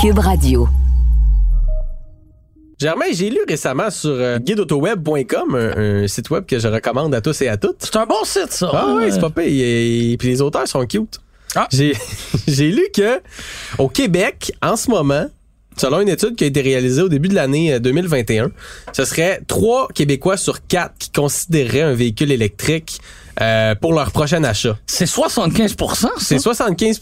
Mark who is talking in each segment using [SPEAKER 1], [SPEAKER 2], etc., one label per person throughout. [SPEAKER 1] Cube Radio.
[SPEAKER 2] Germain, j'ai lu récemment sur euh, guideautoweb.com, un, un site web que je recommande à tous et à toutes.
[SPEAKER 3] C'est un bon site, ça.
[SPEAKER 2] Ah ouais, c'est pas pire. Et, et puis les auteurs sont cute.
[SPEAKER 3] Ah.
[SPEAKER 2] J'ai j'ai lu que au Québec, en ce moment, selon une étude qui a été réalisée au début de l'année euh, 2021, ce serait trois Québécois sur quatre qui considéreraient un véhicule électrique euh, pour leur prochain achat.
[SPEAKER 3] C'est 75 ça.
[SPEAKER 2] C'est 75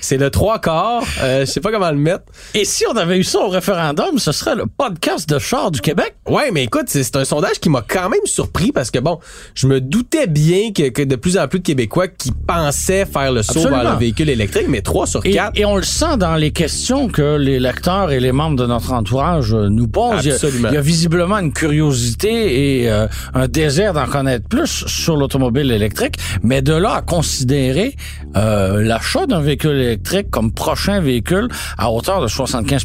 [SPEAKER 2] c'est le trois quarts. Euh, je sais pas comment le mettre.
[SPEAKER 3] Et si on avait eu ça au référendum, ce serait le podcast de char du Québec.
[SPEAKER 2] Ouais, mais écoute, c'est c'est un sondage qui m'a quand même surpris parce que bon, je me doutais bien que, que de plus en plus de Québécois qui pensaient faire le saut vers
[SPEAKER 3] Absolument.
[SPEAKER 2] le véhicule électrique, mais 3 sur
[SPEAKER 3] Et,
[SPEAKER 2] 4.
[SPEAKER 3] et on le sent dans les questions que les lecteurs et les membres de notre entourage euh, nous posent. Il y a-
[SPEAKER 2] Absolument.
[SPEAKER 3] Il y a visiblement une curiosité et euh, un désir d'en connaître plus sur l'automobile électrique, mais de là à considérer euh, l'achat d'un véhicule électrique comme prochain véhicule à hauteur de 75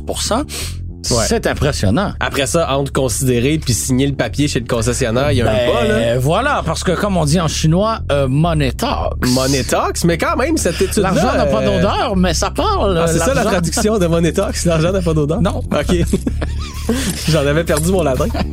[SPEAKER 3] c'est impressionnant.
[SPEAKER 2] Après ça, entre considérer puis signer le papier chez le concessionnaire, il y a un
[SPEAKER 3] Ben,
[SPEAKER 2] pas là.
[SPEAKER 3] Voilà, parce que comme on dit en chinois, euh, money talks.
[SPEAKER 2] Money Talks, mais quand même cette étude là.
[SPEAKER 3] L'argent n'a pas d'odeur, mais euh, Ah, ça parle.
[SPEAKER 2] Ah, c'est ça la
[SPEAKER 3] euh, l'argent.
[SPEAKER 2] traduction de Money Talks, l'argent n'a pas d'odeur.
[SPEAKER 3] Non.
[SPEAKER 2] OK. J'en avais perdu mon latin.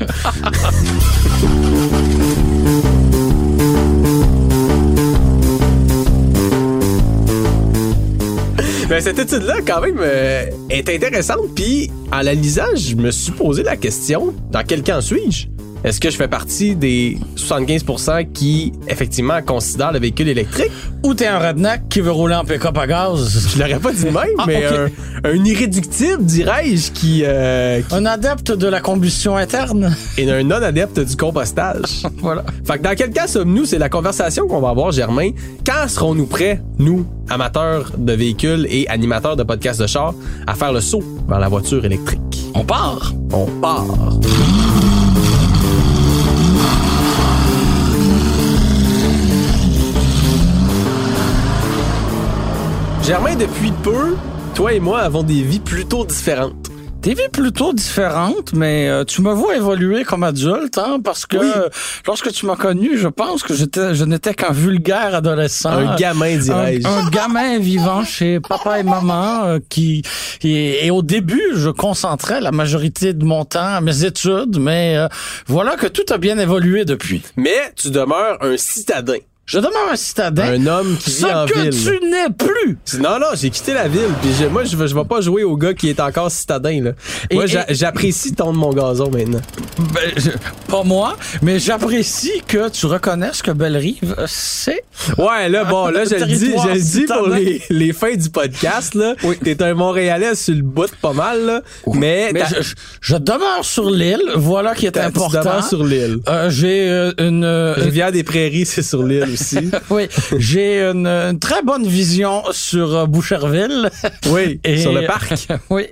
[SPEAKER 2] Ben, cette étude-là, quand même, euh, est intéressante. Puis, en la lisant, je me suis posé la question dans quel camp suis-je Est-ce que je fais partie des 75 qui, effectivement, considèrent le véhicule électrique
[SPEAKER 3] Ou t'es un redneck qui veut rouler en pick-up à gaz.
[SPEAKER 2] Je l'aurais pas dit de même,
[SPEAKER 3] Ah,
[SPEAKER 2] mais
[SPEAKER 3] ok.
[SPEAKER 2] un, un irréductible, dirais-je, qui, euh, qui
[SPEAKER 3] Un adepte de la combustion interne.
[SPEAKER 2] est un non-adepte du compostage.
[SPEAKER 3] Voilà.
[SPEAKER 2] Fait que dans quel cas sommes-nous? C'est la conversation qu'on va avoir, Germain. Quand serons-nous prêts, nous, amateurs de véhicules et animateurs de podcasts de char, à faire le saut vers la voiture électrique?
[SPEAKER 3] On part.
[SPEAKER 2] On part! Germain, depuis peu, toi et moi avons des vies plutôt différentes.
[SPEAKER 3] Des vies plutôt différentes, mais euh, tu me vois évoluer comme adulte, hein, parce que
[SPEAKER 2] Oui.
[SPEAKER 3] euh, lorsque tu m'as connu, je pense que j'étais, je n'étais qu'un vulgaire adolescent.
[SPEAKER 2] Un gamin, dirais-je.
[SPEAKER 3] Ah. Un, un gamin vivant chez papa et maman euh, qui et, et au début je concentrais la majorité de mon temps à mes études, mais euh, voilà que tout a bien évolué depuis.
[SPEAKER 2] Mais tu demeures un citadin.
[SPEAKER 3] Je demeure un citadin.
[SPEAKER 2] Un homme qui
[SPEAKER 3] ce
[SPEAKER 2] vit en
[SPEAKER 3] Ben, que
[SPEAKER 2] ville.
[SPEAKER 3] tu n'es plus.
[SPEAKER 2] Non, non, j'ai quitté la ville. Puis je- moi, je vais, je vais pas jouer au gars qui est encore citadin. Là.
[SPEAKER 3] Et-
[SPEAKER 2] moi,
[SPEAKER 3] et-
[SPEAKER 2] j'a- j'apprécie ton de mon gazon maintenant.
[SPEAKER 3] Ben, je- pas moi, mais j'apprécie que tu reconnaisses que Bellerive euh, c'est
[SPEAKER 2] Ouais, là, bon, là, je le dis, je le dis pour les, les fins du podcast. Là. T'es un Montréalais sur le bout de pas mal. Là. Mais,
[SPEAKER 3] Mais
[SPEAKER 2] t'as-
[SPEAKER 3] je, je- je demeure sur l'île, voilà qui est
[SPEAKER 2] t'as- tu
[SPEAKER 3] important.
[SPEAKER 2] demeures sur l'île.
[SPEAKER 3] Euh, j'ai euh, une euh,
[SPEAKER 2] Rivière des Prairies, c'est sur l'île aussi.
[SPEAKER 3] Oui, j'ai une, une très bonne vision sur euh, Boucherville.
[SPEAKER 2] Oui,
[SPEAKER 3] Et-
[SPEAKER 2] sur le parc.
[SPEAKER 3] oui,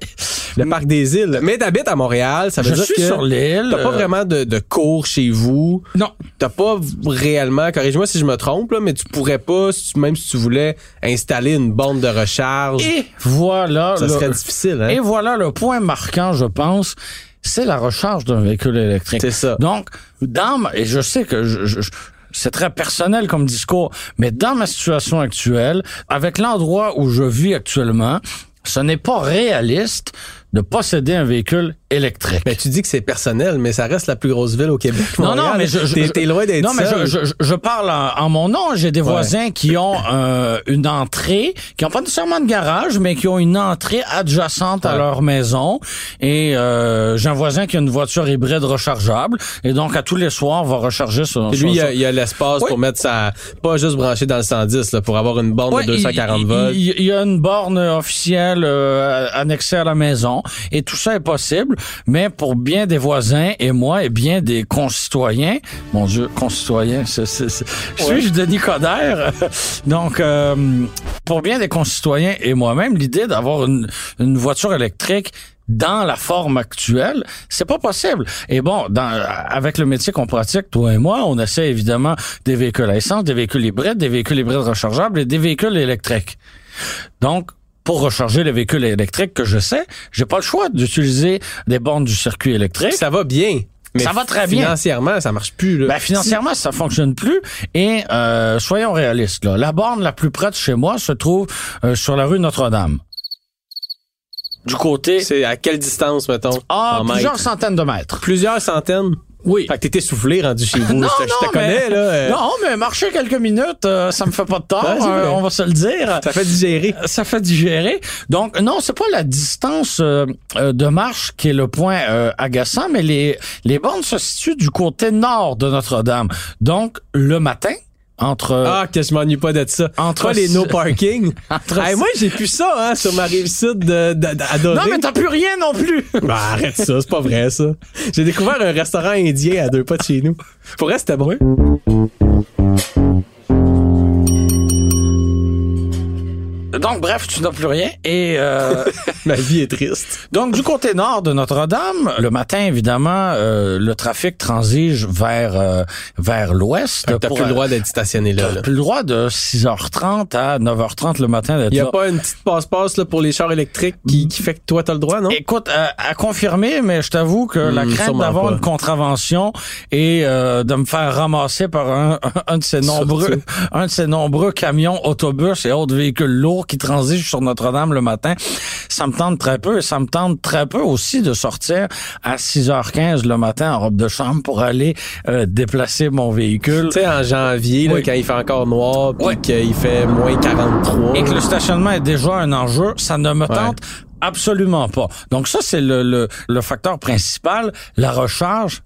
[SPEAKER 2] Le parc des îles. Mais t'habites à Montréal, ça veut
[SPEAKER 3] je
[SPEAKER 2] dire
[SPEAKER 3] suis
[SPEAKER 2] que
[SPEAKER 3] sur l'île.
[SPEAKER 2] t'as pas
[SPEAKER 3] euh,
[SPEAKER 2] vraiment de, de cours chez vous.
[SPEAKER 3] Non,
[SPEAKER 2] t'as pas v- réellement, corrige-moi si je me trompe, là, mais tu pourrais pas, si tu- même si tu voulais, installer une borne de recharge.
[SPEAKER 3] et voilà.
[SPEAKER 2] ça
[SPEAKER 3] le-
[SPEAKER 2] serait difficile,
[SPEAKER 3] Et
[SPEAKER 2] hein?
[SPEAKER 3] voilà le point marquant, je pense, c'est la recharge d'un véhicule électrique.
[SPEAKER 2] C'est ça.
[SPEAKER 3] Donc, dans ma- et je sais que je- je- je- c'est très personnel comme discours, mais dans ma situation actuelle, avec l'endroit où je vis actuellement, ce n'est pas réaliste de posséder un véhicule électrique.
[SPEAKER 2] Ben, tu dis que c'est personnel, mais ça reste la plus grosse ville au Québec.
[SPEAKER 3] Non, non,
[SPEAKER 2] Montréal.
[SPEAKER 3] mais je, je-
[SPEAKER 2] T'es-
[SPEAKER 3] je-
[SPEAKER 2] t'es loin d'être
[SPEAKER 3] Non, mais
[SPEAKER 2] seul.
[SPEAKER 3] je, je, je parle en, en mon nom. J'ai des voisins qui ont euh, une entrée, qui n'ont pas nécessairement de garage, mais qui ont une entrée adjacente à
[SPEAKER 2] Ouais.
[SPEAKER 3] leur maison. Et euh, j'ai un voisin qui a une voiture hybride rechargeable, et donc à tous les soirs va recharger son.
[SPEAKER 2] Puis Lui, il y
[SPEAKER 3] son-
[SPEAKER 2] a, il y a l'espace
[SPEAKER 3] Oui.
[SPEAKER 2] pour mettre sa... Pas juste branché dans le 110, là, pour avoir une borne
[SPEAKER 3] Ouais,
[SPEAKER 2] de 240
[SPEAKER 3] il-
[SPEAKER 2] volts.
[SPEAKER 3] Il, il y a une borne officielle euh, annexée à la maison non. Et tout ça est possible, mais pour bien des voisins et moi et bien des concitoyens, mon Dieu, concitoyens, c'est- c'est- c'est- suis-je Denis Coderre? Donc, euh, pour bien des concitoyens et moi-même, l'idée d'avoir une, une voiture électrique dans la forme actuelle, c'est pas possible. Et bon, dans, avec le métier qu'on pratique, toi et moi, on essaie évidemment des véhicules à essence, des véhicules hybrides, des véhicules hybrides rechargeables et des véhicules électriques. Donc, pour recharger les véhicules électriques que je sais, j'ai pas le choix d'utiliser des bornes du circuit électrique.
[SPEAKER 2] Ça va bien. Mais
[SPEAKER 3] Ça va très bien.
[SPEAKER 2] Financièrement, ça marche plus. Là.
[SPEAKER 3] Ben, financièrement, ça fonctionne plus. Et euh, soyons réalistes, là. la borne la plus près de chez moi se trouve euh, sur la rue Notre-Dame. Du côté...
[SPEAKER 2] C'est à quelle distance, mettons?
[SPEAKER 3] Ah,
[SPEAKER 2] en mètres?
[SPEAKER 3] plusieurs centaines de mètres.
[SPEAKER 2] Plusieurs centaines.
[SPEAKER 3] Oui.
[SPEAKER 2] Fait que t'étais soufflé rendu chez vous.
[SPEAKER 3] Non,
[SPEAKER 2] je te, je te
[SPEAKER 3] non,
[SPEAKER 2] connais,
[SPEAKER 3] mais-
[SPEAKER 2] là. euh,
[SPEAKER 3] Non, mais marcher quelques minutes, euh, ça me fait pas de tort,
[SPEAKER 2] Ouais, c'est
[SPEAKER 3] euh,
[SPEAKER 2] vrai.
[SPEAKER 3] on va se le dire.
[SPEAKER 2] Ça fait digérer.
[SPEAKER 3] Ça fait digérer. Donc, non, c'est pas la distance euh, euh, de marche qui est le point euh, agaçant, mais les, les bornes se situent du côté nord de Notre-Dame. Donc, le matin, entre... euh,
[SPEAKER 2] Ah, que je m'ennuie pas de ça.
[SPEAKER 3] Entre
[SPEAKER 2] Pas les
[SPEAKER 3] ce-
[SPEAKER 2] no parking.
[SPEAKER 3] Entre
[SPEAKER 2] Hey,
[SPEAKER 3] ce-
[SPEAKER 2] moi, j'ai plus ça, hein, sur ma rive sud de, de- de- à
[SPEAKER 3] non,
[SPEAKER 2] Doré.
[SPEAKER 3] mais t'as plus rien non plus.
[SPEAKER 2] Bah, arrête ça, c'est pas vrai, ça. J'ai découvert un restaurant indien à deux pas de chez nous. Pour vrai, c'était bon.
[SPEAKER 3] Donc, bref, tu n'as plus rien. Et euh,
[SPEAKER 2] Ma vie est triste.
[SPEAKER 3] donc, du côté nord de Notre-Dame, le matin, évidemment, euh, le trafic transige vers euh, vers l'ouest.
[SPEAKER 2] T'as
[SPEAKER 3] pour-
[SPEAKER 2] plus le droit d'être stationné là.
[SPEAKER 3] t'as
[SPEAKER 2] là.
[SPEAKER 3] plus le droit de 6h30 à 9h30 le matin d'être
[SPEAKER 2] Il n'y a
[SPEAKER 3] là.
[SPEAKER 2] pas une petite passe-passe là, pour les chars électriques qui, qui fait que toi, t'as le droit, non?
[SPEAKER 3] Écoute, à, à confirmer, mais je t'avoue que la
[SPEAKER 2] Hmm,
[SPEAKER 3] crainte
[SPEAKER 2] sûrement
[SPEAKER 3] d'avoir
[SPEAKER 2] pas.
[SPEAKER 3] une contravention et euh, de me faire ramasser par un, un de ces nombreux, un de ces nombreux camions, autobus et autres véhicules lourds qui transigent sur Notre-Dame le matin, ça me tente très peu. Et ça me tente très peu aussi de sortir à 6h15 le matin en robe de chambre pour aller euh, déplacer mon véhicule.
[SPEAKER 2] Tu sais, en janvier, là,
[SPEAKER 3] Oui.
[SPEAKER 2] quand il fait encore noir, puis
[SPEAKER 3] Ouais.
[SPEAKER 2] qu'il fait moins 43.
[SPEAKER 3] et que le stationnement est déjà un enjeu, ça ne me tente absolument pas. Donc ça, c'est le, le, le facteur principal. La recharge,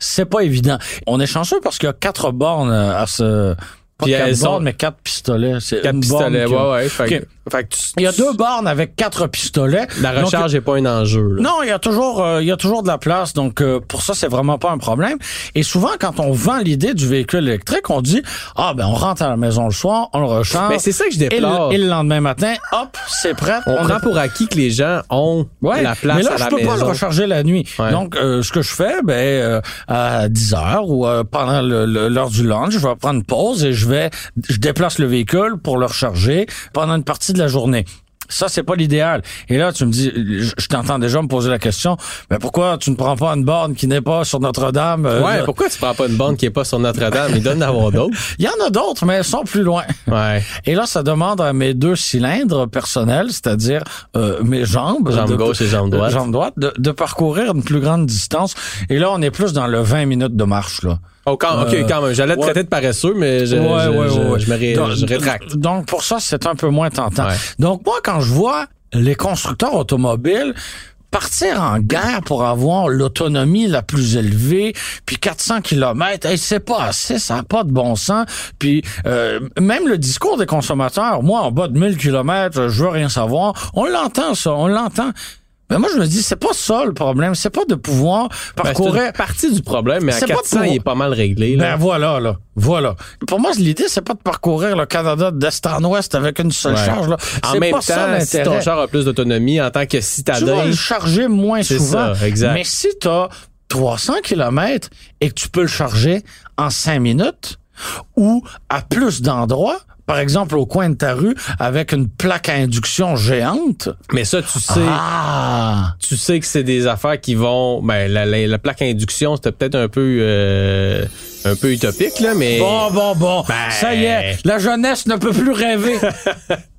[SPEAKER 3] c'est pas évident. On est chanceux parce qu'il y a quatre bornes euh, à ce... Pas
[SPEAKER 2] Puis
[SPEAKER 3] quatre
[SPEAKER 2] elles sont-
[SPEAKER 3] bornes, mais quatre pistolets. C'est
[SPEAKER 2] Quatre
[SPEAKER 3] une
[SPEAKER 2] pistolets,
[SPEAKER 3] borne qui-
[SPEAKER 2] ouais, ouais. Fait, que-
[SPEAKER 3] Ok.
[SPEAKER 2] fait que tu-
[SPEAKER 3] Il y a deux bornes avec quatre pistolets.
[SPEAKER 2] La
[SPEAKER 3] Donc,
[SPEAKER 2] recharge n'est pas un enjeu. là.
[SPEAKER 3] non, il y a toujours euh, il y a toujours de la place donc euh, pour ça c'est vraiment pas un problème. Et souvent quand on vend l'idée du véhicule électrique, on dit ah ben on rentre à la maison le soir, on le recharge.
[SPEAKER 2] Mais c'est ça que je
[SPEAKER 3] Et le,
[SPEAKER 2] déplore.
[SPEAKER 3] et le lendemain matin, hop, c'est prêt.
[SPEAKER 2] on,
[SPEAKER 3] est-
[SPEAKER 2] prend pour acquis que les gens ont
[SPEAKER 3] Ouais,
[SPEAKER 2] la place
[SPEAKER 3] mais là,
[SPEAKER 2] à
[SPEAKER 3] je
[SPEAKER 2] la
[SPEAKER 3] peux pas le
[SPEAKER 2] maison.
[SPEAKER 3] recharger la nuit.
[SPEAKER 2] Ouais.
[SPEAKER 3] Donc, euh, ce que je fais, ben, euh, à 10 heures ou euh, pendant le- le- l'heure du lunch, je vais prendre une pause et je vais, je déplace le véhicule pour le recharger pendant une partie de la journée. Ça, c'est pas l'idéal. Et là, tu me dis, je je t'entends déjà me poser la question, mais pourquoi tu ne prends pas une borne qui n'est pas sur Notre-Dame? euh,
[SPEAKER 2] ouais,
[SPEAKER 3] là?
[SPEAKER 2] pourquoi tu prends pas une bande qui est pas sur Notre-Dame? Il donne d'avoir d'autres.
[SPEAKER 3] Il y en a d'autres, mais elles sont plus loin.
[SPEAKER 2] Ouais.
[SPEAKER 3] Et là, ça demande à mes deux cylindres personnels, c'est-à-dire euh, mes jambes,
[SPEAKER 2] Jambe
[SPEAKER 3] de-
[SPEAKER 2] gauche et jambe
[SPEAKER 3] de-
[SPEAKER 2] droite.
[SPEAKER 3] jambe droite, de, de parcourir une plus grande distance. Et là, on est plus dans le 20 minutes de marche. Là.
[SPEAKER 2] Oh, quand,
[SPEAKER 3] Euh,
[SPEAKER 2] ok, quand même. J'allais te
[SPEAKER 3] ouais.
[SPEAKER 2] traiter de paresseux, mais je, je- je- je me ré-
[SPEAKER 3] Donc,
[SPEAKER 2] je rétracte.
[SPEAKER 3] Donc, pour ça, c'est un peu moins tentant.
[SPEAKER 2] Ouais.
[SPEAKER 3] Donc, moi, quand je vois les constructeurs automobiles partir en guerre pour avoir l'autonomie la plus élevée, puis 400 kilomètres, hey, c'est pas assez, ça n'a pas de bon sens. Puis euh, même le discours des consommateurs, moi, en bas de 1000 kilomètres, je veux rien savoir, on l'entend ça, on l'entend. Mais moi, je me dis, c'est pas ça le problème, c'est pas de pouvoir
[SPEAKER 2] Ben,
[SPEAKER 3] parcourir...
[SPEAKER 2] c'est une partie du problème, mais à
[SPEAKER 3] C'est pas
[SPEAKER 2] 400,
[SPEAKER 3] pour-
[SPEAKER 2] il est pas mal réglé.
[SPEAKER 3] Ben
[SPEAKER 2] Là.
[SPEAKER 3] voilà, là. Voilà. Pour moi, l'idée, c'est pas de parcourir le Canada d'est en ouest avec une seule
[SPEAKER 2] Ouais.
[SPEAKER 3] charge. Là.
[SPEAKER 2] en
[SPEAKER 3] C'est
[SPEAKER 2] même
[SPEAKER 3] pas
[SPEAKER 2] temps,
[SPEAKER 3] ça
[SPEAKER 2] si
[SPEAKER 3] l'intérêt.
[SPEAKER 2] ton char a plus d'autonomie en tant que
[SPEAKER 3] tu vas
[SPEAKER 2] citadin,
[SPEAKER 3] le charger moins
[SPEAKER 2] C'est
[SPEAKER 3] souvent.
[SPEAKER 2] ça, exact.
[SPEAKER 3] Mais si tu as 300 km et que tu peux le charger en 5 minutes ou à plus d'endroits, par exemple au coin de ta rue avec une plaque à induction géante.
[SPEAKER 2] mais ça, tu sais,
[SPEAKER 3] Ah!
[SPEAKER 2] tu sais que c'est des affaires qui vont. Ben, la, la- la plaque à induction, c'était peut-être un peu, euh, un peu utopique, là, mais.
[SPEAKER 3] Bon, bon, bon.
[SPEAKER 2] Ben-
[SPEAKER 3] Ça y est, la jeunesse ne peut plus rêver.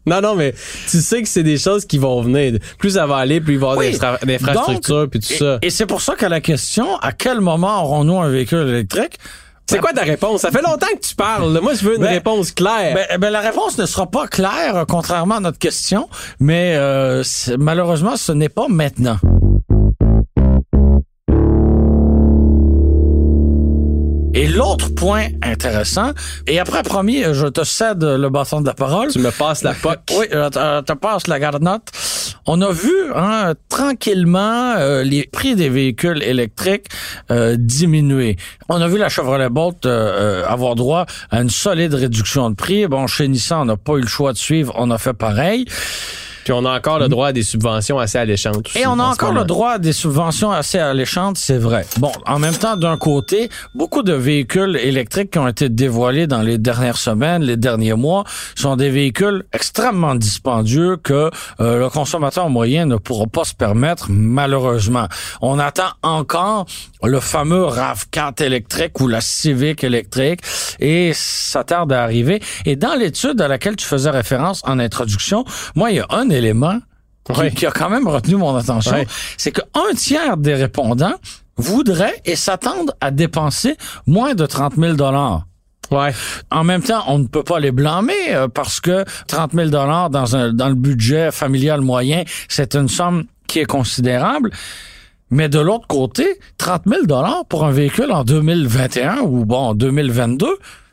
[SPEAKER 2] Non, non, mais tu sais que c'est des choses qui vont venir. Plus ça va aller, plus il va y avoir
[SPEAKER 3] Oui.
[SPEAKER 2] des infra- des infrastructures, puis tout
[SPEAKER 3] et,
[SPEAKER 2] ça.
[SPEAKER 3] et c'est pour ça qu'à la question, à quel moment aurons-nous un véhicule électrique?
[SPEAKER 2] C'est quoi ta réponse? Ça fait longtemps que tu parles. Moi, je veux une
[SPEAKER 3] Ben,
[SPEAKER 2] réponse claire.
[SPEAKER 3] Ben, ben, la réponse ne sera pas claire, euh, contrairement à notre question, mais euh, c'est- malheureusement, ce n'est pas maintenant. Et l'autre point intéressant, et après, promis, euh, je te cède le bâton de la parole.
[SPEAKER 2] tu me passes la poque.
[SPEAKER 3] Oui, euh, te- euh, te passe la garnotte. On a vu hein, tranquillement euh, les prix des véhicules électriques euh, diminuer. On a vu la Chevrolet Bolt euh, avoir droit à une solide réduction de prix. Bon, chez Nissan, on n'a pas eu le choix de suivre, on a fait pareil.
[SPEAKER 2] Puis on a encore le droit à des subventions assez alléchantes. aussi,
[SPEAKER 3] Et on a
[SPEAKER 2] en ce
[SPEAKER 3] encore
[SPEAKER 2] moment.
[SPEAKER 3] le droit à des subventions assez alléchantes, c'est vrai. Bon, en même temps, d'un côté, beaucoup de véhicules électriques qui ont été dévoilés dans les dernières semaines, les derniers mois, sont des véhicules extrêmement dispendieux que euh, le consommateur moyen ne pourra pas se permettre, malheureusement. On attend encore le fameux RAV4 électrique ou la Civic électrique et ça tarde à arriver. Et dans l'étude à laquelle tu faisais référence en introduction, moi, il y a un élément qui,
[SPEAKER 2] Ouais.
[SPEAKER 3] qui a quand même retenu mon attention,
[SPEAKER 2] Ouais.
[SPEAKER 3] c'est qu'un tiers des répondants voudraient et s'attendent à dépenser moins de 30 000 dollars.
[SPEAKER 2] Ouais.
[SPEAKER 3] En même temps, on ne peut pas les blâmer euh, parce que 30 000 dollars dans, un- dans le budget familial moyen, c'est une somme qui est considérable. Mais de l'autre côté, 30 000 dollars pour un véhicule en 2021 ou bon en 2022,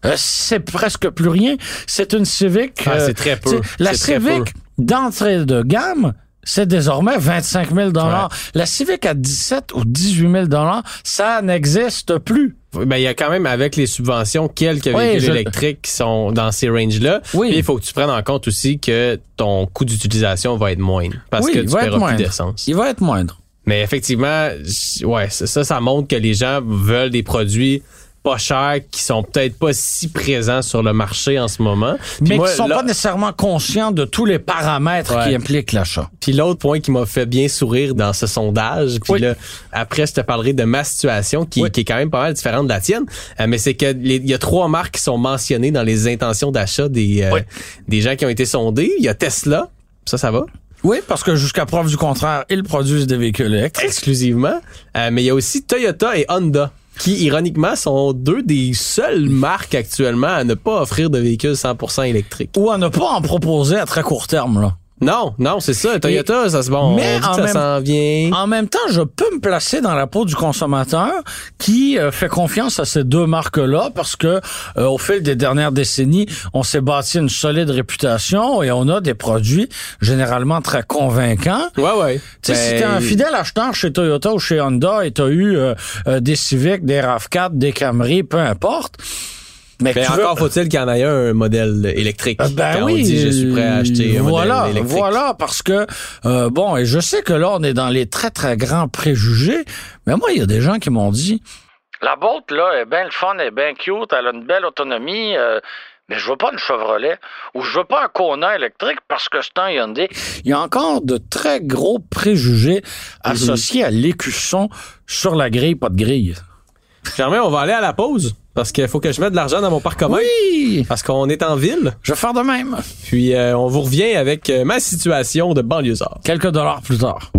[SPEAKER 3] euh, c'est presque plus rien. C'est une Civic.
[SPEAKER 2] Ah,
[SPEAKER 3] euh,
[SPEAKER 2] c'est très peu.
[SPEAKER 3] tu sais, La
[SPEAKER 2] C'est très peu.
[SPEAKER 3] Civic d'entrée de gamme, c'est désormais 25 000 dollars. La Civic à 17 000 ou 18 000 dollars, ça n'existe plus.
[SPEAKER 2] Ben, il y a quand même, avec les subventions, quelques
[SPEAKER 3] Oui,
[SPEAKER 2] véhicules
[SPEAKER 3] je-
[SPEAKER 2] électriques qui sont dans ces ranges-là.
[SPEAKER 3] Oui.
[SPEAKER 2] Puis il faut que tu prennes en compte aussi que ton coût d'utilisation va être moindre parce
[SPEAKER 3] Oui,
[SPEAKER 2] que
[SPEAKER 3] il
[SPEAKER 2] tu
[SPEAKER 3] va être
[SPEAKER 2] paieras plus
[SPEAKER 3] moindre.
[SPEAKER 2] d'essence.
[SPEAKER 3] Il va être moindre.
[SPEAKER 2] Mais effectivement, j- ouais, ça, ça, ça montre que les gens veulent des produits pas chers qui sont peut-être pas si présents sur le marché en ce moment. Puis
[SPEAKER 3] mais
[SPEAKER 2] moi,
[SPEAKER 3] qui sont
[SPEAKER 2] là-
[SPEAKER 3] pas nécessairement conscients de tous les paramètres
[SPEAKER 2] Ouais.
[SPEAKER 3] qui impliquent l'achat.
[SPEAKER 2] Puis l'autre point qui m'a fait bien sourire dans ce sondage, puis
[SPEAKER 3] Oui.
[SPEAKER 2] là, après, je te parlerai de ma situation qui,
[SPEAKER 3] Oui.
[SPEAKER 2] qui est quand même pas mal différente de la tienne, Euh, mais c'est que les- il y a trois marques qui sont mentionnées dans les intentions d'achat des, euh,
[SPEAKER 3] Oui.
[SPEAKER 2] des gens qui ont été sondés. Il y a Tesla, ça, ça va,
[SPEAKER 3] Oui, parce que jusqu'à preuve du contraire, ils produisent des véhicules électriques.
[SPEAKER 2] exclusivement, Euh, mais il y a aussi Toyota et Honda qui, ironiquement, sont deux des seules marques actuellement à ne pas offrir de véhicules 100% électriques.
[SPEAKER 3] Ou à ne pas en proposer à très court terme, là.
[SPEAKER 2] Non, non, c'est ça. Toyota, ça se bon,
[SPEAKER 3] Mais
[SPEAKER 2] on dit
[SPEAKER 3] en
[SPEAKER 2] que ça
[SPEAKER 3] même-
[SPEAKER 2] s'en vient.
[SPEAKER 3] En même temps, je peux me placer dans la peau du consommateur qui euh, fait confiance à ces deux marques-là parce que euh, au fil des dernières décennies, on s'est bâti une solide réputation et on a des produits généralement très convaincants.
[SPEAKER 2] Ouais, ouais.
[SPEAKER 3] Tu sais, si
[SPEAKER 2] Ben,
[SPEAKER 3] t'es un fidèle acheteur chez Toyota ou chez Honda et t'as eu euh, euh, des Civic, des RAV4, des Camry, peu importe. Mais,
[SPEAKER 2] Mais
[SPEAKER 3] Eh, tu veux-
[SPEAKER 2] Ben, encore faut-il qu'il y en ait un modèle électrique.
[SPEAKER 3] Euh, Ben
[SPEAKER 2] Quand
[SPEAKER 3] oui,
[SPEAKER 2] on dit je suis prêt à acheter un
[SPEAKER 3] voilà,
[SPEAKER 2] modèle électrique.
[SPEAKER 3] voilà, parce que euh, bon, et je sais que là on est dans les très très grands préjugés, mais moi il y a des gens qui m'ont dit la Bolt là est bien le fun, est bien cute, elle a une belle autonomie, euh, mais je veux pas une Chevrolet ou je veux pas un Kona électrique parce que c'est un Hyundai. Il y a encore de très gros préjugés associés à l'écusson sur la grille, pas de grille.
[SPEAKER 2] Germain, on va aller à la pause parce qu'il faut que je mette de l'argent dans mon parc commun.
[SPEAKER 3] Oui,
[SPEAKER 2] Parce qu'on est en ville.
[SPEAKER 3] je vais faire de même.
[SPEAKER 2] Puis euh, on vous revient avec euh, ma situation de banlieusard.
[SPEAKER 3] Quelques dollars plus tard.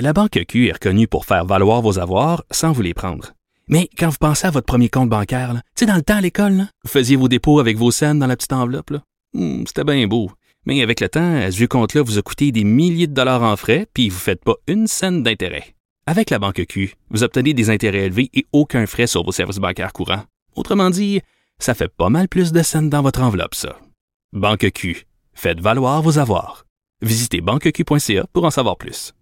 [SPEAKER 4] La Banque Q est reconnue pour faire valoir vos avoirs sans vous les prendre. Mais quand vous pensez à votre premier compte bancaire, là, tu sais, dans le temps à l'école, là, vous faisiez vos dépôts avec vos scènes dans la petite enveloppe. là. Hum, C'était bien beau. Mais avec le temps, à ce vieux compte-là vous a coûté des milliers de dollars en frais, puis vous ne faites pas une scène d'intérêt. Avec la Banque Q, vous obtenez des intérêts élevés et aucun frais sur vos services bancaires courants. Autrement dit, ça fait pas mal plus de scènes dans votre enveloppe, ça. Banque Q. Faites valoir vos avoirs. Visitez banqueq.ca pour en savoir plus.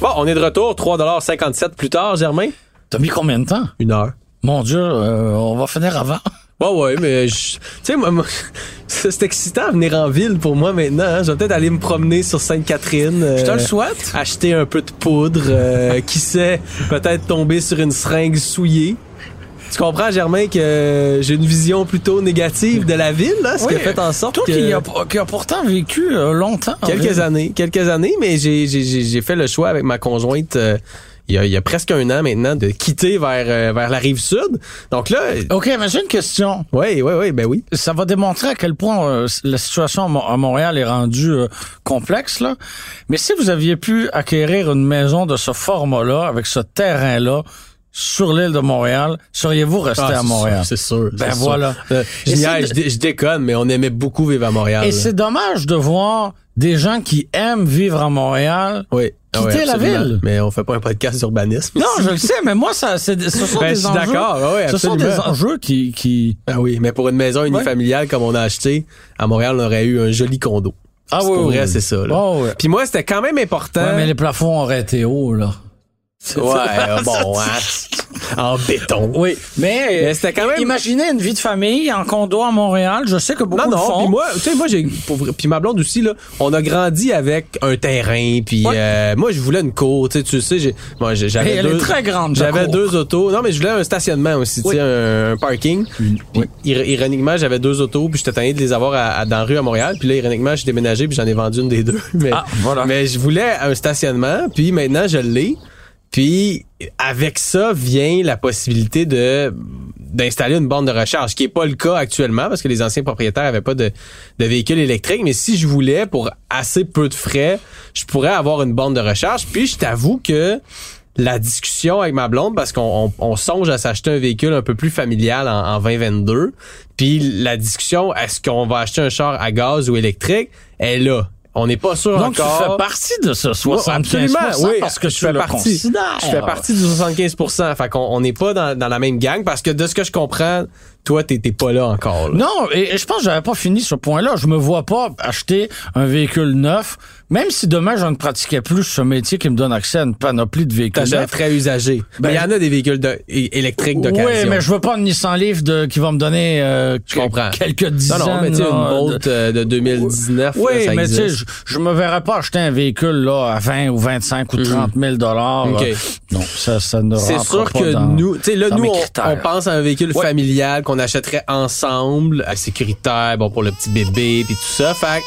[SPEAKER 2] Bon, on est de retour. 3,57 plus tard, Germain.
[SPEAKER 3] T'as mis combien de temps?
[SPEAKER 2] Une heure.
[SPEAKER 3] Mon Dieu, euh, on va finir avant.
[SPEAKER 2] Ouais, Ah ouais, mais je- tu sais, moi, moi, c'est excitant de venir en ville pour moi maintenant. hein. Je vais peut-être aller me promener sur Sainte-Catherine. euh,
[SPEAKER 3] souhaite.
[SPEAKER 2] Acheter un peu de poudre, euh, qui sait, peut-être tomber sur une seringue souillée. Tu comprends, Germain, que j'ai une vision plutôt négative de la ville, là, ce qui a
[SPEAKER 3] Oui,
[SPEAKER 2] fait en sorte
[SPEAKER 3] Toi
[SPEAKER 2] que...
[SPEAKER 3] qui, a, qui a pourtant vécu euh, longtemps. en
[SPEAKER 2] Quelques
[SPEAKER 3] ville.
[SPEAKER 2] années, quelques années, mais j'ai, j'ai, j'ai- j'ai fait le choix avec ma conjointe euh, il, y a, il y a presque un an maintenant de quitter vers, euh, vers la rive sud. Donc là,
[SPEAKER 3] OK, mais j'ai une question.
[SPEAKER 2] oui, oui, oui, ben oui.
[SPEAKER 3] Ça va démontrer à quel point euh, la situation à Mo- à Montréal est rendue euh, complexe. Là. Mais si vous aviez pu acquérir une maison de ce format-là, avec ce terrain-là, sur l'île de Montréal, seriez-vous resté
[SPEAKER 2] Ah,
[SPEAKER 3] à
[SPEAKER 2] c'est
[SPEAKER 3] Montréal?
[SPEAKER 2] sûr, C'est sûr.
[SPEAKER 3] Ben
[SPEAKER 2] c'est sûr.
[SPEAKER 3] voilà.
[SPEAKER 2] Euh, je,
[SPEAKER 3] Et c'est
[SPEAKER 2] niaise,
[SPEAKER 3] de-
[SPEAKER 2] je dé- je déconne, mais on aimait beaucoup vivre à Montréal.
[SPEAKER 3] Et
[SPEAKER 2] là.
[SPEAKER 3] c'est dommage de voir des gens qui aiment vivre à Montréal
[SPEAKER 2] Oui. Ah ouais,
[SPEAKER 3] quitter la
[SPEAKER 2] absolument.
[SPEAKER 3] ville.
[SPEAKER 2] Mais on fait pas un podcast d'urbanisme.
[SPEAKER 3] Non, je le sais, mais moi, ça, c'est- ce sont
[SPEAKER 2] Ben, je
[SPEAKER 3] des
[SPEAKER 2] suis
[SPEAKER 3] enjeux.
[SPEAKER 2] d'accord, ah ouais,
[SPEAKER 3] ce sont des
[SPEAKER 2] absolument.
[SPEAKER 3] enjeux qui, qui...
[SPEAKER 2] Ah oui, mais pour une maison unifamiliale comme on a acheté, à Montréal, on aurait eu un joli condo.
[SPEAKER 3] Ah
[SPEAKER 2] C'est
[SPEAKER 3] oui,
[SPEAKER 2] pour
[SPEAKER 3] oui,
[SPEAKER 2] vrai,
[SPEAKER 3] oui.
[SPEAKER 2] c'est ça. Là.
[SPEAKER 3] Oh, ouais.
[SPEAKER 2] Puis moi, c'était quand même important.
[SPEAKER 3] Ouais, mais les plafonds auraient été hauts, là.
[SPEAKER 2] Ouais, euh, bon, hein, en béton.
[SPEAKER 3] Oui, mais, euh,
[SPEAKER 2] Mais c'était quand même-
[SPEAKER 3] Imaginez une vie de famille en condo à Montréal. Je sais que beaucoup
[SPEAKER 2] Non,
[SPEAKER 3] le
[SPEAKER 2] non,
[SPEAKER 3] font.
[SPEAKER 2] puis moi, tu sais, moi, j'ai, pour vrai- puis ma blonde aussi, là, on a grandi avec un terrain, puis
[SPEAKER 3] Ouais.
[SPEAKER 2] euh, moi, je voulais une cour, tu sais, tu sais, j'ai, moi, j'ai-
[SPEAKER 3] Et
[SPEAKER 2] j'avais
[SPEAKER 3] elle
[SPEAKER 2] deux,
[SPEAKER 3] est très grande, ta
[SPEAKER 2] j'avais
[SPEAKER 3] cour.
[SPEAKER 2] deux autos, non, mais je voulais un stationnement aussi, tu sais, un, un parking, Puis ir- ironiquement, j'avais deux autos, puis j'étais tanné de les avoir à, à- dans la rue à Montréal, puis là, ironiquement, j'ai déménagé, puis j'en ai vendu une des deux, mais,
[SPEAKER 3] Ah, voilà.
[SPEAKER 2] mais je voulais un stationnement, puis maintenant, je l'ai, puis avec ça vient la possibilité de d'installer une borne de recharge, ce qui n'est pas le cas actuellement parce que les anciens propriétaires n'avaient pas de, de véhicule électrique. Mais si je voulais, pour assez peu de frais, je pourrais avoir une borne de recharge. Puis je t'avoue que la discussion avec ma blonde, parce qu'on on, on songe à s'acheter un véhicule un peu plus familial en, en 2022, puis la discussion, est-ce qu'on va acheter un char à gaz ou électrique, est là. On n'est pas sûr
[SPEAKER 3] Donc,
[SPEAKER 2] encore.
[SPEAKER 3] tu fais partie de ce 75
[SPEAKER 2] Absolument, oui.
[SPEAKER 3] parce que je,
[SPEAKER 2] fais
[SPEAKER 3] le
[SPEAKER 2] partie.
[SPEAKER 3] considère.
[SPEAKER 2] Je fais partie du 75 Fait qu'on on n'est pas dans, dans la même gang parce que de ce que je comprends, toi, t'es t'es pas là encore. là.
[SPEAKER 3] Non, et, et je pense que j'avais pas fini ce point-là. Je me vois pas acheter un véhicule neuf, même si demain je ne pratiquais plus ce métier qui me donne accès à une panoplie de véhicules
[SPEAKER 2] T'achètes
[SPEAKER 3] neufs.
[SPEAKER 2] très usagé. mais il y en a des véhicules de- é- électriques
[SPEAKER 3] Oui,
[SPEAKER 2] d'occasion.
[SPEAKER 3] Ben, mais je veux pas une Nissan Leaf de, qui va me donner euh, que-
[SPEAKER 2] comprends.
[SPEAKER 3] quelques dizaines.
[SPEAKER 2] Non, non, mais tu sais, une
[SPEAKER 3] là, de-
[SPEAKER 2] Bolt euh, de 2019, là,
[SPEAKER 3] Oui,
[SPEAKER 2] ça
[SPEAKER 3] mais tu sais,
[SPEAKER 2] existe.
[SPEAKER 3] je, je me verrais pas acheter un véhicule là à 20 ou 25 ou 30 000 dollars.
[SPEAKER 2] Mm.
[SPEAKER 3] euh,
[SPEAKER 2] Ok.
[SPEAKER 3] Non, ça, ça ne
[SPEAKER 2] C'est
[SPEAKER 3] rentre
[SPEAKER 2] sûr
[SPEAKER 3] pas
[SPEAKER 2] que
[SPEAKER 3] dans-
[SPEAKER 2] nous, tu sais, là,
[SPEAKER 3] dans
[SPEAKER 2] nous,
[SPEAKER 3] mes
[SPEAKER 2] on,
[SPEAKER 3] critères.
[SPEAKER 2] on pense à un véhicule
[SPEAKER 3] Ouais.
[SPEAKER 2] familial qu'on achèterait ensemble, euh, sécuritaire, bon, pour le petit bébé, puis tout ça. Fait que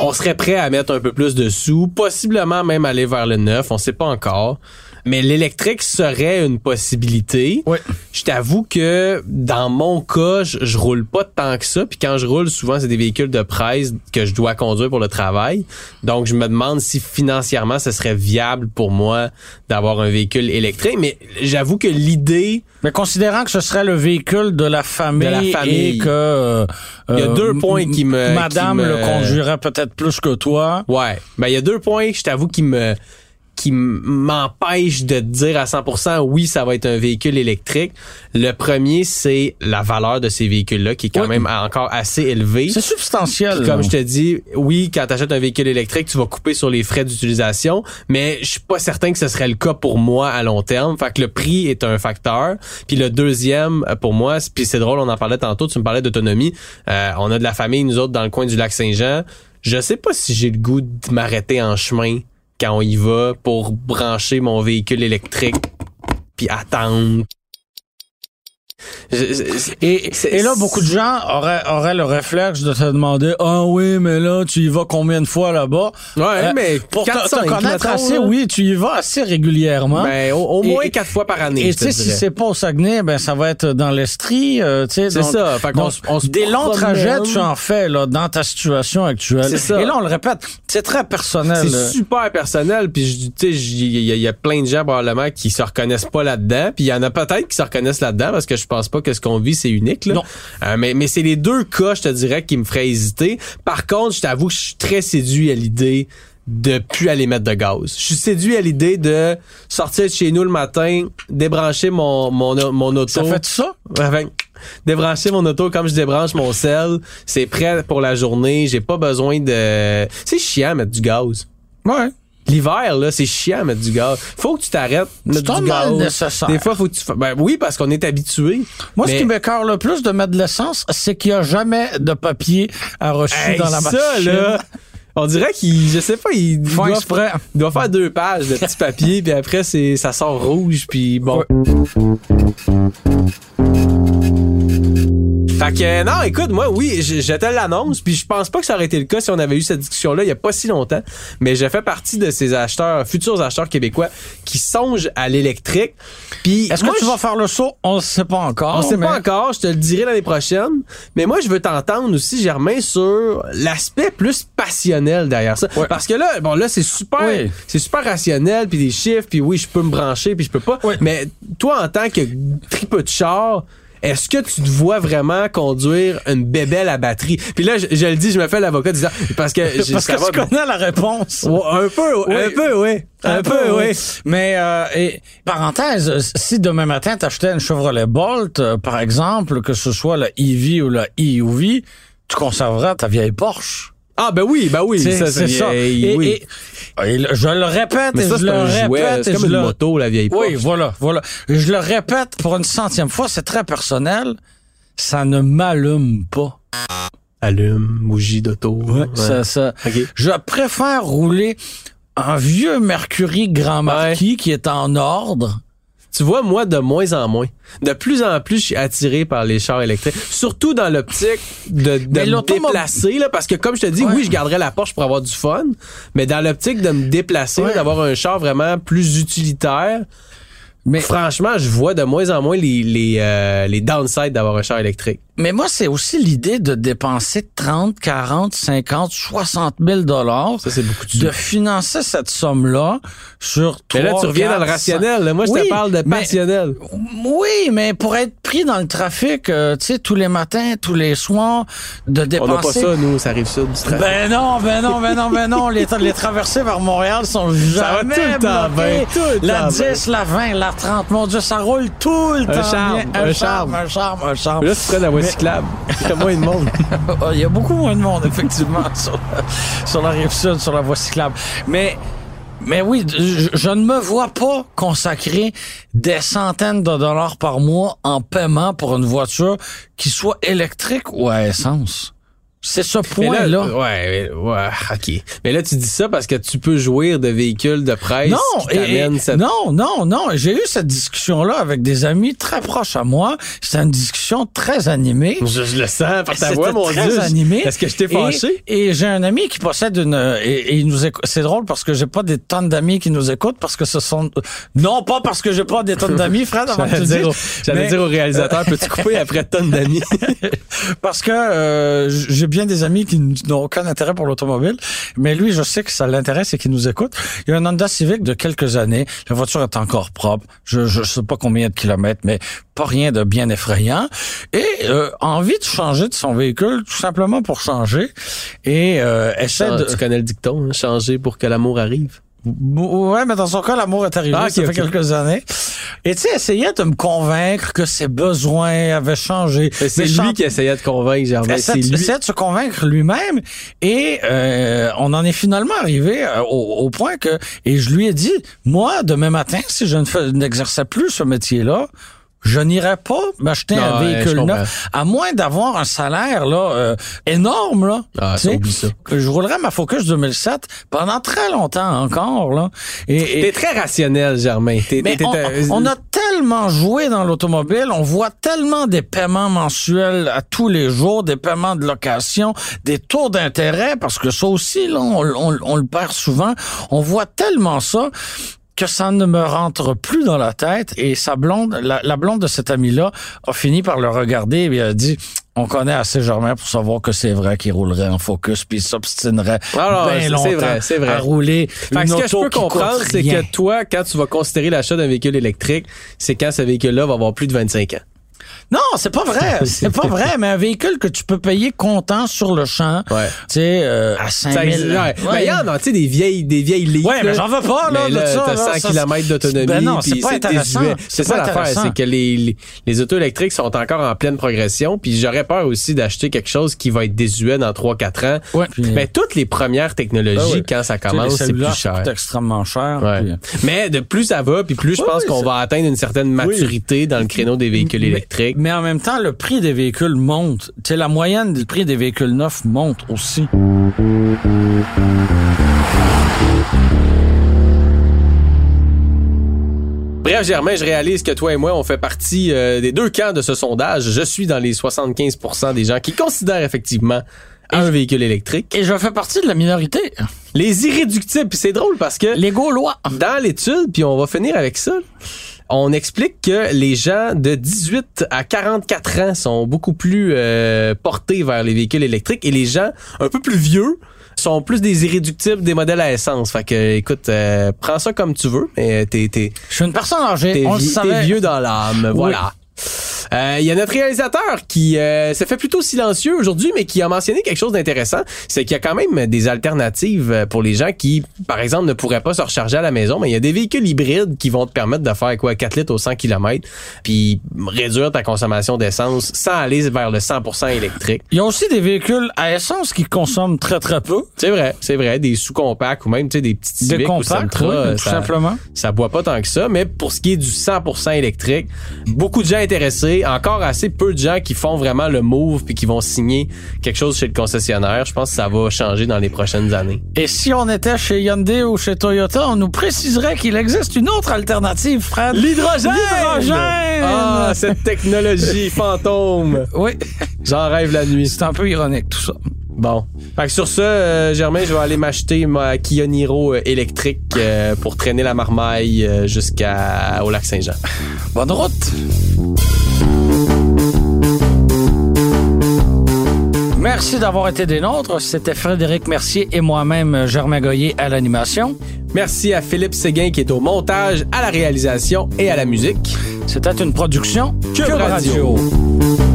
[SPEAKER 2] on serait prêt à mettre un peu plus de sous, possiblement même aller vers le neuf, on sait pas encore. Mais l'électrique serait une possibilité.
[SPEAKER 3] Oui.
[SPEAKER 2] Je t'avoue que dans mon cas, je, je roule pas tant que ça. Puis quand je roule, souvent c'est des véhicules de presse que je dois conduire pour le travail. Donc je me demande si financièrement ce serait viable pour moi d'avoir un véhicule électrique. Mais j'avoue que l'idée,
[SPEAKER 3] Mais considérant que ce serait le véhicule de la famille,
[SPEAKER 2] De la famille.
[SPEAKER 3] et que euh,
[SPEAKER 2] Il y a
[SPEAKER 3] euh,
[SPEAKER 2] deux points
[SPEAKER 3] m-
[SPEAKER 2] qui me-
[SPEAKER 3] Madame
[SPEAKER 2] qui me-
[SPEAKER 3] le conduirait peut-être plus que toi.
[SPEAKER 2] ouais, ben il y a deux points, je t'avoue qui me qui m- m'empêchent de te dire à 100% oui, ça va être un véhicule électrique. Le premier, c'est la valeur de ces véhicules-là qui est quand
[SPEAKER 3] Oui.
[SPEAKER 2] même encore assez élevée.
[SPEAKER 3] C'est substantiel.
[SPEAKER 2] Puis comme
[SPEAKER 3] là.
[SPEAKER 2] je te dis, oui, quand tu achètes un véhicule électrique, tu vas couper sur les frais d'utilisation, mais je suis pas certain que ce serait le cas pour moi à long terme. Fait que le prix est un facteur. Puis le deuxième, euh, pour moi, c'est- puis c'est drôle, on en parlait tantôt, tu me parlais d'autonomie. Euh, on a de la famille, nous autres, dans le coin du lac Saint-Jean. Je sais pas si j'ai le goût de m'arrêter en chemin quand on y va pour brancher mon véhicule électrique puis attendre. Je- je-
[SPEAKER 3] Et,
[SPEAKER 2] C'est-
[SPEAKER 3] et là, beaucoup de gens auraient, auraient le réflexe de se demander Ah oui, mais là, tu y vas combien de fois là-bas
[SPEAKER 2] Ouais, mais
[SPEAKER 3] Euh, Pour te-
[SPEAKER 2] quatre,
[SPEAKER 3] te,
[SPEAKER 2] cinq,
[SPEAKER 3] connaître
[SPEAKER 2] mettons,
[SPEAKER 3] assez,
[SPEAKER 2] là.
[SPEAKER 3] oui, tu y vas assez régulièrement.
[SPEAKER 2] Ben, au, au
[SPEAKER 3] Et-
[SPEAKER 2] moins quatre fois par année.
[SPEAKER 3] Et
[SPEAKER 2] je te
[SPEAKER 3] tu sais, si
[SPEAKER 2] dirais.
[SPEAKER 3] c'est pas au Saguenay, ben ça va être dans l'Estrie. euh, tu sais,
[SPEAKER 2] C'est
[SPEAKER 3] donc-
[SPEAKER 2] ça. Fait qu'on
[SPEAKER 3] donc,
[SPEAKER 2] se- on se
[SPEAKER 3] des longs
[SPEAKER 2] promène.
[SPEAKER 3] trajets, tu en fais là, dans ta situation actuelle.
[SPEAKER 2] C'est ça.
[SPEAKER 3] Et là, on le répète, c'est très personnel.
[SPEAKER 2] C'est super personnel, puis je- tu sais, j- il y, a- il y a plein de gens probablement qui se reconnaissent pas là-dedans, puis il y en a peut-être qui se reconnaissent là-dedans parce que je pense pas que ce qu'on vit c'est unique. Là.
[SPEAKER 3] Non.
[SPEAKER 2] Euh, mais mais c'est les deux cas, je te dirais, qui me feraient hésiter. Par contre, je t'avoue, que je suis très séduit à l'idée de plus aller mettre de gaz. Je suis séduit à l'idée de sortir de chez nous le matin, débrancher mon mon, mon auto.
[SPEAKER 3] Ça fait ça?
[SPEAKER 2] Enfin, débrancher mon auto comme je débranche mon sel, c'est prêt pour la journée, j'ai pas besoin de c'est chiant mettre du gaz.
[SPEAKER 3] Ouais.
[SPEAKER 2] L'hiver là, c'est chiant mettre du gaz. Faut que tu t'arrêtes mettre
[SPEAKER 3] un
[SPEAKER 2] du
[SPEAKER 3] mal
[SPEAKER 2] gaz.
[SPEAKER 3] nécessaire.
[SPEAKER 2] Des fois faut que tu fa- ben oui parce qu'on est habitué.
[SPEAKER 3] Moi, ce qui
[SPEAKER 2] me
[SPEAKER 3] m'écœure le plus de mettre de l'essence, c'est qu'il y a jamais de papier à reçu dans la machine.
[SPEAKER 2] ça là, on dirait qu'il je sais pas, il il
[SPEAKER 3] Font
[SPEAKER 2] doit,
[SPEAKER 3] exprès.
[SPEAKER 2] il doit faire deux pages de petits papiers puis après c'est ça sort rouge puis bon. Fait que non, écoute, moi oui, je, je te l'annonce, puis je pense pas que ça aurait été le cas si on avait eu cette discussion-là il y a pas si longtemps. Mais je fais partie de ces acheteurs, futurs acheteurs québécois qui songent à l'électrique. Puis
[SPEAKER 3] Est-ce
[SPEAKER 2] moi,
[SPEAKER 3] que tu
[SPEAKER 2] je-
[SPEAKER 3] vas faire le saut? On ne sait pas encore.
[SPEAKER 2] on sait
[SPEAKER 3] Ah, mais-
[SPEAKER 2] pas encore, je te le dirai l'année prochaine. Mais moi, je veux t'entendre aussi, Germain, sur l'aspect plus passionnel derrière ça.
[SPEAKER 3] Ouais.
[SPEAKER 2] Parce que là, bon, là, c'est super,
[SPEAKER 3] Oui.
[SPEAKER 2] c'est super rationnel, puis des chiffres, puis oui, je peux me brancher, puis je peux pas.
[SPEAKER 3] Oui.
[SPEAKER 2] Mais toi, en tant que triple de char, Est-ce que tu te vois vraiment conduire une bébelle à batterie? Puis là, je, je le dis, je me fais l'avocat disant, parce que... j'ai-
[SPEAKER 3] Parce que
[SPEAKER 2] ça va,
[SPEAKER 3] je connais la réponse.
[SPEAKER 2] mais- Ouais, un peu, un
[SPEAKER 3] Oui.
[SPEAKER 2] peu, oui. Un, peu, oui.
[SPEAKER 3] Mais, euh, et, parenthèse, si demain matin, t'achetais une Chevrolet Bolt, euh, par exemple, que ce soit la EV ou la EUV, tu conserveras ta vieille Porsche.
[SPEAKER 2] Ah, ben oui, ben oui.
[SPEAKER 3] Tu sais,
[SPEAKER 2] ça, ça, vieille,
[SPEAKER 3] Et-
[SPEAKER 2] oui.
[SPEAKER 3] et- et le- je le répète
[SPEAKER 2] mais
[SPEAKER 3] et
[SPEAKER 2] ça,
[SPEAKER 3] je
[SPEAKER 2] c'est
[SPEAKER 3] le
[SPEAKER 2] un
[SPEAKER 3] répète.
[SPEAKER 2] jouet. là.
[SPEAKER 3] et
[SPEAKER 2] C'est
[SPEAKER 3] je
[SPEAKER 2] comme une
[SPEAKER 3] le-
[SPEAKER 2] moto, la vieille
[SPEAKER 3] Oui,
[SPEAKER 2] Porsche.
[SPEAKER 3] voilà, voilà. Et je le répète pour une centième fois, c'est très personnel. Ça ne m'allume pas.
[SPEAKER 2] Allume, bougie d'auto. Ouais.
[SPEAKER 3] Ça, ça-
[SPEAKER 2] OK.
[SPEAKER 3] Je préfère rouler un vieux Mercury Grand Marquis qui est en ordre.
[SPEAKER 2] Tu vois, moi, de moins en moins. De plus en plus, je suis attiré par les chars électriques. Surtout dans l'optique de, de
[SPEAKER 3] Mais
[SPEAKER 2] me
[SPEAKER 3] l'automo-
[SPEAKER 2] déplacer, là, parce que comme je te dis,
[SPEAKER 3] Ouais.
[SPEAKER 2] oui, je garderais la Porsche pour avoir du fun, mais dans l'optique de me déplacer,
[SPEAKER 3] Ouais.
[SPEAKER 2] d'avoir un char vraiment plus utilitaire,
[SPEAKER 3] Mais,
[SPEAKER 2] franchement, je vois de moins en moins les, les, euh, les downsides d'avoir un char électrique.
[SPEAKER 3] mais moi, c'est aussi l'idée de dépenser 30, 40, 50, 60 000 dollars,
[SPEAKER 2] Ça, c'est beaucoup de
[SPEAKER 3] de financer cette somme-là sur
[SPEAKER 2] Mais là,
[SPEAKER 3] trois,
[SPEAKER 2] tu reviens
[SPEAKER 3] quatre,
[SPEAKER 2] dans le rationnel. là. Moi, je
[SPEAKER 3] Oui,
[SPEAKER 2] te parle de
[SPEAKER 3] mais-
[SPEAKER 2] passionnel.
[SPEAKER 3] Oui, mais pour être pris dans le trafic, euh, tu sais, tous les matins, tous les soirs, de
[SPEAKER 2] On n'a pas
[SPEAKER 3] dépenser.
[SPEAKER 2] ça, nous, ça arrive ça du trafic.
[SPEAKER 3] ben non, ben non, ben non, ben non. Les, tra- les traversées vers Montréal sont
[SPEAKER 2] va
[SPEAKER 3] jamais
[SPEAKER 2] tout le temps
[SPEAKER 3] bloquées.
[SPEAKER 2] bien, tout le
[SPEAKER 3] La
[SPEAKER 2] temps
[SPEAKER 3] 10, la 20, la 30, mon Dieu, ça roule tout le
[SPEAKER 2] Un
[SPEAKER 3] temps.
[SPEAKER 2] charme,
[SPEAKER 3] bien.
[SPEAKER 2] un
[SPEAKER 3] un charme,
[SPEAKER 2] charme.
[SPEAKER 3] un charme, un charme.
[SPEAKER 2] Mais là, tu prends la voie cyclable. Il y a moins de monde.
[SPEAKER 3] Ah, Il y a beaucoup moins de monde, effectivement, sur la, sur la rive sud, sur la voie cyclable. Mais, mais oui, je, je ne me vois pas consacrer des centaines de dollars par mois en paiement pour une voiture qui soit électrique ou à essence. C'est ce
[SPEAKER 2] Mais là,
[SPEAKER 3] point-là.
[SPEAKER 2] Ouais, mais- ouais, ok. Mais là, tu dis ça parce que tu peux jouir de véhicules de presse
[SPEAKER 3] Non,
[SPEAKER 2] qui
[SPEAKER 3] et- et-
[SPEAKER 2] t'amènent cette...
[SPEAKER 3] non, non, non. J'ai eu cette discussion-là avec des amis très proches à moi. C'était une discussion très animée.
[SPEAKER 2] Je, je le sens par ta
[SPEAKER 3] C'était
[SPEAKER 2] voix, mon
[SPEAKER 3] très
[SPEAKER 2] Dieu.
[SPEAKER 3] animé.
[SPEAKER 2] Est-ce que je t'ai
[SPEAKER 3] Et-
[SPEAKER 2] fâché?
[SPEAKER 3] Et, j'ai un ami qui possède une euh, et, et il nous écou- c'est drôle parce que j'ai pas des tonnes d'amis qui nous écoutent parce que ce sont non pas parce que j'ai pas des tonnes d'amis Fred avant que
[SPEAKER 2] J'allais
[SPEAKER 3] tu le
[SPEAKER 2] dire, au-
[SPEAKER 3] dises,
[SPEAKER 2] j'allais
[SPEAKER 3] mais
[SPEAKER 2] dire au réalisateur, peux-tu couper après tonne d'amis?
[SPEAKER 3] parce que euh, j- j'ai bien des amis qui n- n'ont aucun intérêt pour l'automobile mais lui je sais que ça l'intéresse et qu'il nous écoute. Il y a un Honda Civic de quelques années, la voiture est encore propre. Je je sais pas combien de kilomètres mais pas rien de bien effrayant et euh, envie de changer de son véhicule tout simplement pour changer et euh, essaie de
[SPEAKER 2] Tu connais le dicton, hein, changer pour que l'amour arrive.
[SPEAKER 3] Ouais, mais dans son cas, l'amour est arrivé,
[SPEAKER 2] Ah, ok,
[SPEAKER 3] ça fait
[SPEAKER 2] ok.
[SPEAKER 3] quelques années. Et tu sais, essayait de me convaincre que ses besoins avaient changé.
[SPEAKER 2] Mais C'est
[SPEAKER 3] Mais
[SPEAKER 2] lui
[SPEAKER 3] chan-
[SPEAKER 2] qui essayait de convaincre, Gervais. C'est
[SPEAKER 3] Essaie
[SPEAKER 2] lui.
[SPEAKER 3] essaie de se convaincre lui-même et euh, on en est finalement arrivé euh, au, au point que et je lui ai dit moi demain matin si je ne fais- n'exerçais plus ce métier-là je n'irai pas m'acheter
[SPEAKER 2] Non,
[SPEAKER 3] un
[SPEAKER 2] ouais, je
[SPEAKER 3] véhicule
[SPEAKER 2] comprends.
[SPEAKER 3] neuf à moins d'avoir un salaire là euh, énorme là
[SPEAKER 2] Ah,
[SPEAKER 3] Tu
[SPEAKER 2] ça,
[SPEAKER 3] sais,
[SPEAKER 2] oublie ça.
[SPEAKER 3] que je roulerai ma Focus 2007 pendant très longtemps encore là et, et-
[SPEAKER 2] T'es très rationnel, Germain. T'es-
[SPEAKER 3] mais
[SPEAKER 2] t'es-
[SPEAKER 3] Ben, on,
[SPEAKER 2] t'es-
[SPEAKER 3] on a tellement joué dans l'automobile, on voit tellement des paiements mensuels à tous les jours, des paiements de location, des taux d'intérêt, parce que ça aussi, là, on, on- on le perd souvent. On voit tellement ça que ça ne me rentre plus dans la tête et sa blonde, la, la blonde de cet ami-là a fini par le regarder et a dit, on connaît assez Germain pour savoir que c'est vrai qu'il roulerait en focus puis il s'obstinerait
[SPEAKER 2] Alors, Ah c'est-
[SPEAKER 3] bien
[SPEAKER 2] c'est
[SPEAKER 3] longtemps
[SPEAKER 2] vrai, c'est vrai.
[SPEAKER 3] à rouler
[SPEAKER 2] Fait que
[SPEAKER 3] une
[SPEAKER 2] ce que je
[SPEAKER 3] auto
[SPEAKER 2] peux
[SPEAKER 3] qui coûte
[SPEAKER 2] comprendre, c'est
[SPEAKER 3] rien.
[SPEAKER 2] que toi, quand tu vas considérer l'achat d'un véhicule électrique, c'est quand ce véhicule-là va avoir plus de 25 ans.
[SPEAKER 3] Non, c'est pas vrai. C'est pas vrai. Mais un véhicule que tu peux payer comptant sur le champ,
[SPEAKER 2] Ouais.
[SPEAKER 3] tu sais, euh, à 5
[SPEAKER 2] Ça
[SPEAKER 3] 000.
[SPEAKER 2] existe. Ouais.
[SPEAKER 3] Ouais.
[SPEAKER 2] Mais il y en a, tu sais, des vieilles, des vieilles lignes.
[SPEAKER 3] Ouais, mais j'en veux pas, là,
[SPEAKER 2] Mais
[SPEAKER 3] de ça,
[SPEAKER 2] T'as
[SPEAKER 3] là,
[SPEAKER 2] 100
[SPEAKER 3] ça,
[SPEAKER 2] km d'autonomie.
[SPEAKER 3] Ben non,
[SPEAKER 2] puis
[SPEAKER 3] c'est pas intéressant.
[SPEAKER 2] désuet.
[SPEAKER 3] C'est
[SPEAKER 2] C'est
[SPEAKER 3] pas
[SPEAKER 2] ça l'affaire,
[SPEAKER 3] intéressant.
[SPEAKER 2] c'est que les, les, les autos électriques sont encore en pleine progression. Puis j'aurais peur aussi d'acheter quelque chose qui va être désuet dans 3-4 ans.
[SPEAKER 3] Ouais, puis-
[SPEAKER 2] Mais toutes les premières technologies,
[SPEAKER 3] Ah ouais.
[SPEAKER 2] quand ben, ça
[SPEAKER 3] Tu sais,
[SPEAKER 2] commence,
[SPEAKER 3] les
[SPEAKER 2] c'est plus
[SPEAKER 3] cellulaires
[SPEAKER 2] cher.
[SPEAKER 3] coûtent extrêmement cher.
[SPEAKER 2] Ouais.
[SPEAKER 3] puis-
[SPEAKER 2] Mais de plus ça va, puis plus je
[SPEAKER 3] Oui,
[SPEAKER 2] pense
[SPEAKER 3] oui,
[SPEAKER 2] qu'on
[SPEAKER 3] ça-
[SPEAKER 2] va atteindre une certaine maturité dans le créneau des véhicules électriques.
[SPEAKER 3] Mais en même temps, le prix des véhicules monte. Tu sais, la moyenne du prix des véhicules neufs monte aussi.
[SPEAKER 2] Bref, Germain, je réalise que toi et moi, on fait partie euh, des deux camps de ce sondage. Je suis dans les 75 des gens qui considèrent effectivement un véhicule électrique.
[SPEAKER 3] Et je fais partie de la minorité.
[SPEAKER 2] Les irréductibles, puis c'est drôle parce que
[SPEAKER 3] Les Gaulois.
[SPEAKER 2] dans l'étude, puis on va finir avec ça, on explique que les gens de 18 à 44 ans sont beaucoup plus euh, portés vers les véhicules électriques et les gens un peu plus vieux sont plus des irréductibles des modèles à essence. Fait que, écoute, euh, prends ça comme tu veux, mais t'es, t'es,
[SPEAKER 3] Je suis une personne âgée.
[SPEAKER 2] T'es
[SPEAKER 3] On le
[SPEAKER 2] vie- t'es
[SPEAKER 3] savait.
[SPEAKER 2] vieux dans l'âme, voilà. Euh, Il y a notre réalisateur qui euh, se fait plutôt silencieux aujourd'hui, mais qui a mentionné quelque chose d'intéressant. C'est qu'il y a quand même des alternatives euh, pour les gens qui, par exemple, ne pourraient pas se recharger à la maison. Mais il y a des véhicules hybrides qui vont te permettre de faire quoi 4 litres au 100 km, puis réduire ta consommation d'essence sans aller vers le 100% électrique.
[SPEAKER 3] Il y a aussi des véhicules à essence qui consomment très, très peu.
[SPEAKER 2] C'est vrai, c'est vrai. Des sous-compacts ou même tu sais, des petits
[SPEAKER 3] Des
[SPEAKER 2] Civic ou
[SPEAKER 3] compacts,
[SPEAKER 2] Sentra,
[SPEAKER 3] oui,
[SPEAKER 2] euh,
[SPEAKER 3] tout
[SPEAKER 2] ça-
[SPEAKER 3] simplement.
[SPEAKER 2] ça boit pas tant que ça, mais pour ce qui est du 100% électrique, beaucoup de gens intéressés, encore assez peu de gens qui font vraiment le move puis qui vont signer quelque chose chez le concessionnaire. Je pense que ça va changer dans les prochaines années.
[SPEAKER 3] Et si on était chez Hyundai ou chez Toyota, on nous préciserait qu'il existe une autre alternative, Fred.
[SPEAKER 2] L'hydrogène!
[SPEAKER 3] L'hydrogène!
[SPEAKER 2] Ah, cette technologie fantôme!
[SPEAKER 3] Oui,
[SPEAKER 2] J'en rêve la nuit.
[SPEAKER 3] c'est un peu ironique tout ça.
[SPEAKER 2] Bon. Fait que sur ce, euh, Germain, je vais aller m'acheter ma Kia Niro euh, électrique euh, pour traîner la marmaille euh, jusqu'à au lac Saint-Jean.
[SPEAKER 3] Bonne route. Merci d'avoir été des nôtres. C'était Frédéric Mercier et moi-même, Germain Goyer, à l'animation.
[SPEAKER 2] Merci à Philippe Séguin qui est au montage, à la réalisation et à la musique.
[SPEAKER 3] C'était une production
[SPEAKER 2] Cube Radio.
[SPEAKER 3] Radio.